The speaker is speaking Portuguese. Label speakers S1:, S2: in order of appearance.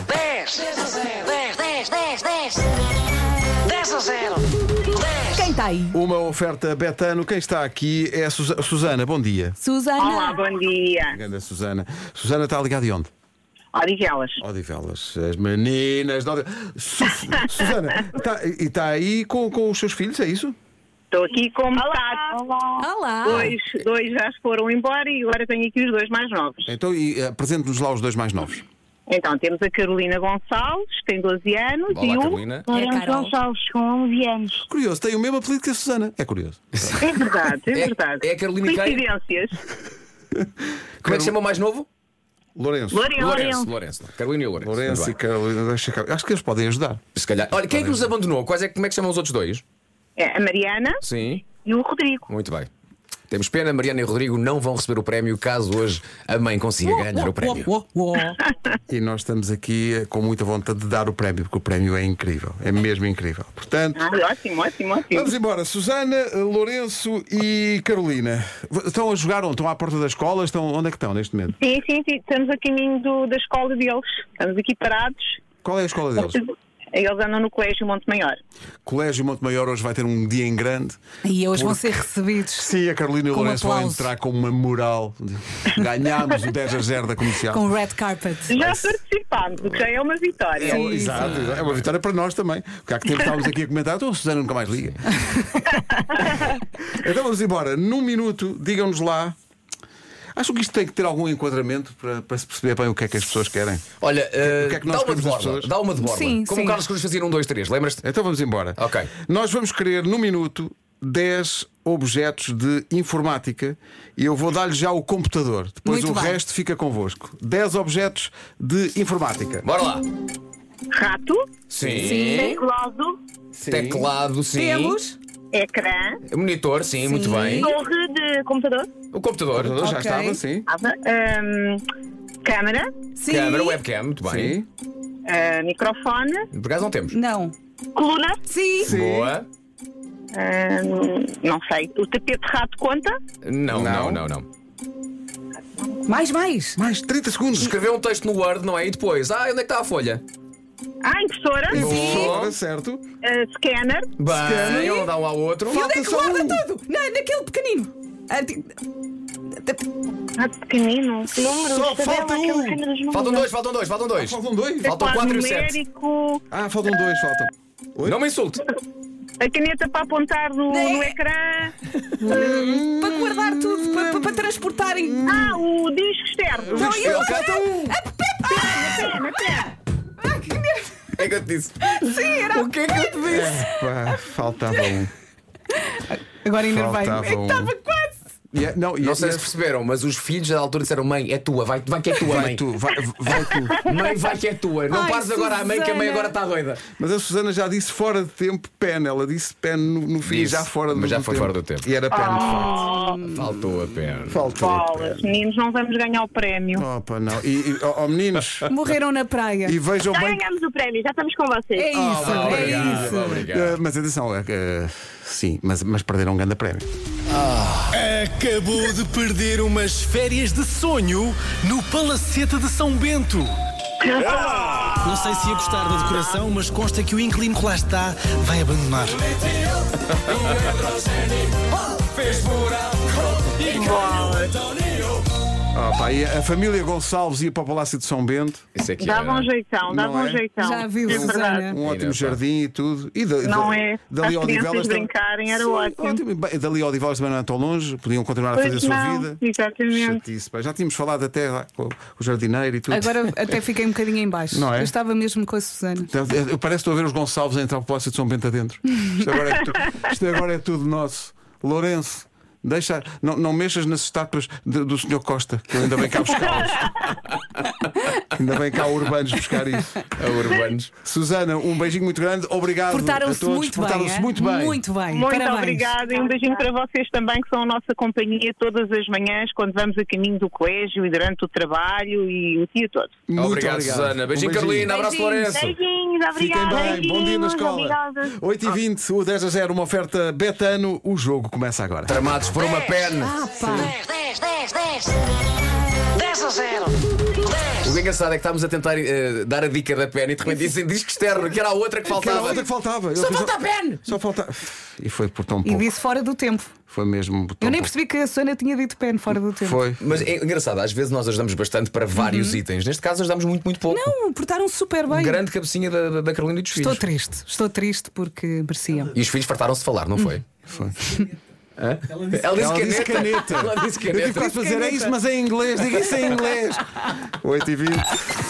S1: 10, 10 a 0. 10, 10, 10, 10. 10 a 0. 10.
S2: Quem está aí?
S3: Uma oferta Betano, quem está aqui é a Susa- Susana, bom dia.
S4: Olá,
S2: Susana.
S4: bom dia.
S3: Grande Susana. Susana está ligada de onde?
S4: Odivelas.
S3: Odivelas, as meninas. de Odi- Su- Susana, está, e está aí com, com os seus filhos, é isso?
S4: Estou aqui com metade.
S2: Olá.
S4: Dois, dois já se foram embora e agora tenho aqui os dois mais novos.
S3: Então, e eh, apresente-nos lá os dois mais novos.
S4: Então, temos a Carolina Gonçalves, que tem 12 anos,
S3: Olá,
S4: e um o
S3: Carolina.
S2: É a
S5: Lourenço
S2: Carol.
S5: Gonçalves, com 11 anos.
S3: Curioso, tem o mesmo apelido que a Susana. É curioso.
S4: É verdade, é, verdade.
S6: é a Carolina quem?
S4: Coincidências.
S6: Como é que se chama o mais novo?
S3: Lourenço.
S4: Lourenço.
S6: Lourenço. não. Carolina e o Lourenço.
S3: Lourenço
S6: Muito
S3: e Carolina, deixa cá. Acho que eles podem ajudar.
S6: bem. Se calhar. Olha, quem é que nos abandonou? Quais é, que- como é que se chamam os outros dois?
S4: É a Mariana
S6: Sim.
S4: e o Rodrigo.
S6: Muito bem. Temos pena, Mariana e Rodrigo não vão receber o prémio caso hoje a mãe consiga ganhar o prémio.
S2: Uó, uó, uó.
S3: E nós estamos aqui eh, com muita vontade de dar o prémio, porque o prémio é incrível. É mesmo incrível. Portanto.
S4: Ah, ótimo, ótimo, ótimo.
S3: Vamos embora, Susana, eh, Lourenço e Carolina. V- Estão a jogar onde? Estão à porta da escola? Estão... Onde é que estão neste momento?
S4: Sim, sim, sim. Estamos a caminho do- da escola deles. Estamos aqui parados.
S3: Qual é a escola deles?
S4: Eles andam no Colégio Monte Maior.
S3: Colégio Monte Maior hoje vai ter um dia em grande.
S2: E hoje vão ser recebidos
S3: Sim, a Carolina e o
S2: Com
S3: Lourenço vão
S2: aplauso.
S3: entrar com uma moral. de Ganhámos o 10 a 0 da comercial.
S2: com red carpet.
S4: Já participámos, o que já é uma vitória.
S3: Oh, exato, exato. é uma vitória para nós também. Porque há que tempo estávamos aqui a comentar, então a Susana nunca mais liga. então vamos embora. Num minuto, digam-nos lá. Acham que isto tem que ter algum enquadramento para, para se perceber bem o que é que as pessoas querem?
S6: Olha, eh,
S3: que é que nós
S6: dá uma de
S3: queremos das
S6: borla.
S3: pessoas?
S6: Dá uma de borla.
S2: Sim,
S6: Como
S2: sim.
S6: o Carlos Cruz fazia num, dois, três, lembras-te?
S3: Então vamos embora.
S6: Ok.
S3: Nós vamos querer, num minuto, 10 objetos de informática e eu vou dar-lhe já o computador. Depois
S2: Muito
S3: o
S2: bem.
S3: resto fica convosco. 10 objetos de informática.
S6: Bora lá.
S4: Rato,
S6: Sim.
S4: teclado,
S6: Teclado, sim.
S2: Temos.
S4: ecrã,
S6: Monitor, sim, muito bem.
S4: torre de computador,
S6: O computador.
S2: Ok.
S3: Já estava, sim.
S4: estava, hum, câmara,
S2: Sim.
S6: Câmara, webcam, muito bem.
S3: Sim.
S4: hum, microfone,
S6: Por acaso não temos.
S2: Não.
S4: coluna,
S2: Sim.
S6: Boa.
S4: hum, não sei, o tapete rato conta,
S6: Não,
S3: Não.
S6: não, não, não.
S2: Mais, mais.
S3: Mais 30 segundos.
S6: Escrever um texto no Word, não é? E depois, ah, onde é que está a folha?
S4: ah, impressora,
S3: Fora, certo.
S4: hum, scanner,
S6: Bem, ele dá um ao outro.
S2: E onde é
S3: Falta
S2: que
S3: só
S2: guarda
S3: um.
S2: tudo? Não, naquele pequenino. Ah, ti-
S4: ah, pequenino,
S5: Números,
S3: Só
S5: tabela,
S3: falta
S5: aquela
S3: um.
S5: cena dos números.
S6: Faltam dois, faltam dois, faltam dois.
S3: Faltam dois?
S6: Faltam quatro e o sete.
S4: numérico,
S3: Ah, faltam dois, faltam.
S6: Não me insulte.
S4: a caneta para apontar no,
S2: Né?
S4: no ecrã,
S2: Para guardar tudo, para, para- para transportarem.
S4: ah, o disco externo,
S2: Não, e agora?
S6: Falta
S3: um.
S2: Ah,
S4: pena, pena.
S2: que nervo.
S6: O que é que eu te disse?
S2: Sim, era.
S6: O que é que eu te disse?
S3: Pá, faltava um.
S2: Agora enervei.
S3: Faltava
S2: É que
S3: um.
S2: estava quase.
S3: E é- não, e
S6: Não
S3: é-
S6: sei
S3: e é-
S6: se perceberam, mas os filhos da altura disseram: Mãe, é tua, vai, vai que é tua,
S3: Vai
S6: mãe.
S3: tu, vai, vai tu.
S6: Mãe, vai que é tua. Não
S2: Ai,
S6: passes agora à mãe, que a mãe
S2: Susana.
S6: agora está doida.
S3: Mas a Susana já disse fora de tempo pen, ela disse pen no, no fim,
S6: Disse,
S3: já fora do
S6: mas já
S3: do
S6: foi
S3: tempo.
S6: fora do tempo.
S3: E era
S4: Ah,
S3: pen, de facto.
S6: Faltou a perna.
S3: Faltou.
S4: Bolas, meninos, não vamos ganhar o prémio.
S3: Opa, não. E, e ó, ó, meninos,
S2: Morreram na praia.
S3: e vejam
S4: Já
S3: bem.
S4: ganhamos o prémio, já estamos com vocês.
S2: É isso,
S6: Ah,
S2: é
S6: obrigado,
S2: isso.
S6: obrigado.
S3: Eh, mas atenção, eh, eh, sim, mas, mas perderam um grande prémio.
S7: Acabou de perder umas férias de sonho no Palacete de São Bento. Não sei se ia gostar da decoração, mas consta que o inquilino que lá está vai abandonar.
S3: Opa, e a família Gonçalves ia para o Palácio de São Bento,
S6: Isso aqui é
S4: Dava um
S6: era-
S4: jeitão, dava
S3: Não
S4: um
S3: é?
S4: jeitão.
S2: Já viu,
S4: é verdade.
S2: Susana?
S3: um ótimo
S6: pá.
S3: jardim e tudo. E da-
S4: Não
S3: da-
S4: é?
S3: Dali
S4: As
S3: Odivelas
S4: crianças
S3: tam-
S4: brincarem, era
S3: Sim,
S4: ótimo.
S3: Bem, Dali Odivelas também não é tão longe, podiam continuar a fazer a
S4: Pois
S3: sua
S4: não,
S3: vida.
S4: Exatamente.
S3: Chatice, pá. Já tínhamos falado até lá com o jardineiro e tudo.
S2: Agora até fiquei um bocadinho em baixo.
S3: Não é?
S2: Eu estava mesmo com a Susana.
S3: Então, eu- Parece que estou a ver os Gonçalves a entrar para o Palácio de São Bento adentro. Isto agora é, tu- isto agora é tudo nosso. Lourenço, deixa, não, não mexas nas estátuas de- do Sr. Costa, que eu ainda bem cá buscá-las. ainda bem cá há urbanos buscar isso.
S6: A Urbanos.
S3: Susana, um beijinho muito grande. Obrigado a
S2: Portaram-se
S3: todos.
S2: muito,
S3: Portaram-se
S2: bem,
S3: muito
S2: é?
S3: bem.
S2: Muito bem.
S4: Muito
S2: Parabéns.
S4: obrigada e um beijinho para vocês também, que são a nossa companhia todas as manhãs, quando vamos a caminho do colégio e durante o trabalho e o dia todo.
S3: Muito
S6: obrigado, Susana. Beijinho,
S3: Um
S6: Carolina. Abraço,
S2: Beijinhos.
S6: Lourenço.
S5: Beijinhos,
S3: Fiquem
S5: obrigada.
S3: bem. Bom dia na
S5: beijinhos,
S3: escola.
S5: obrigada.
S3: 8h20, o 10 a 0, uma oferta Betano. O jogo começa agora.
S6: Tramados por uma
S2: Ah,
S6: perna.
S1: 10, 10, 10, 10. 10 a 0. 10.
S6: O que engraçado é que estávamos a tentar eh, dar a dica da pena e de repente dizem disco externo, que era a outra que
S3: Que
S6: faltava.
S3: era a outra que faltava.
S6: Só
S3: Eu-
S6: falta a pen!
S3: Só falta. E foi por tão
S2: E
S3: pouco.
S2: disse fora do tempo.
S3: Foi mesmo. por tão
S2: Eu nem
S3: pouco.
S2: percebi que a Sônia tinha dito pen fora do tempo.
S3: Foi.
S6: Mas é engraçado, às vezes nós ajudamos bastante para vários itens. Neste caso, ajudamos muito, muito pouco.
S2: Não, portaram-se super bem.
S6: Grande cabecinha da, da- da Carolina e dos
S2: Estou
S6: filhos.
S2: triste. Estou triste porque mereciam.
S6: E os filhos fartaram-se de falar, não foi?
S3: Foi.
S6: Ela disse, Ela
S3: Ela disse caneta.
S6: Ela disse é
S3: Eu tive
S6: caneta.
S3: é quase a fazer é isso, mas em inglês. Diga isso em inglês. 8 e 20.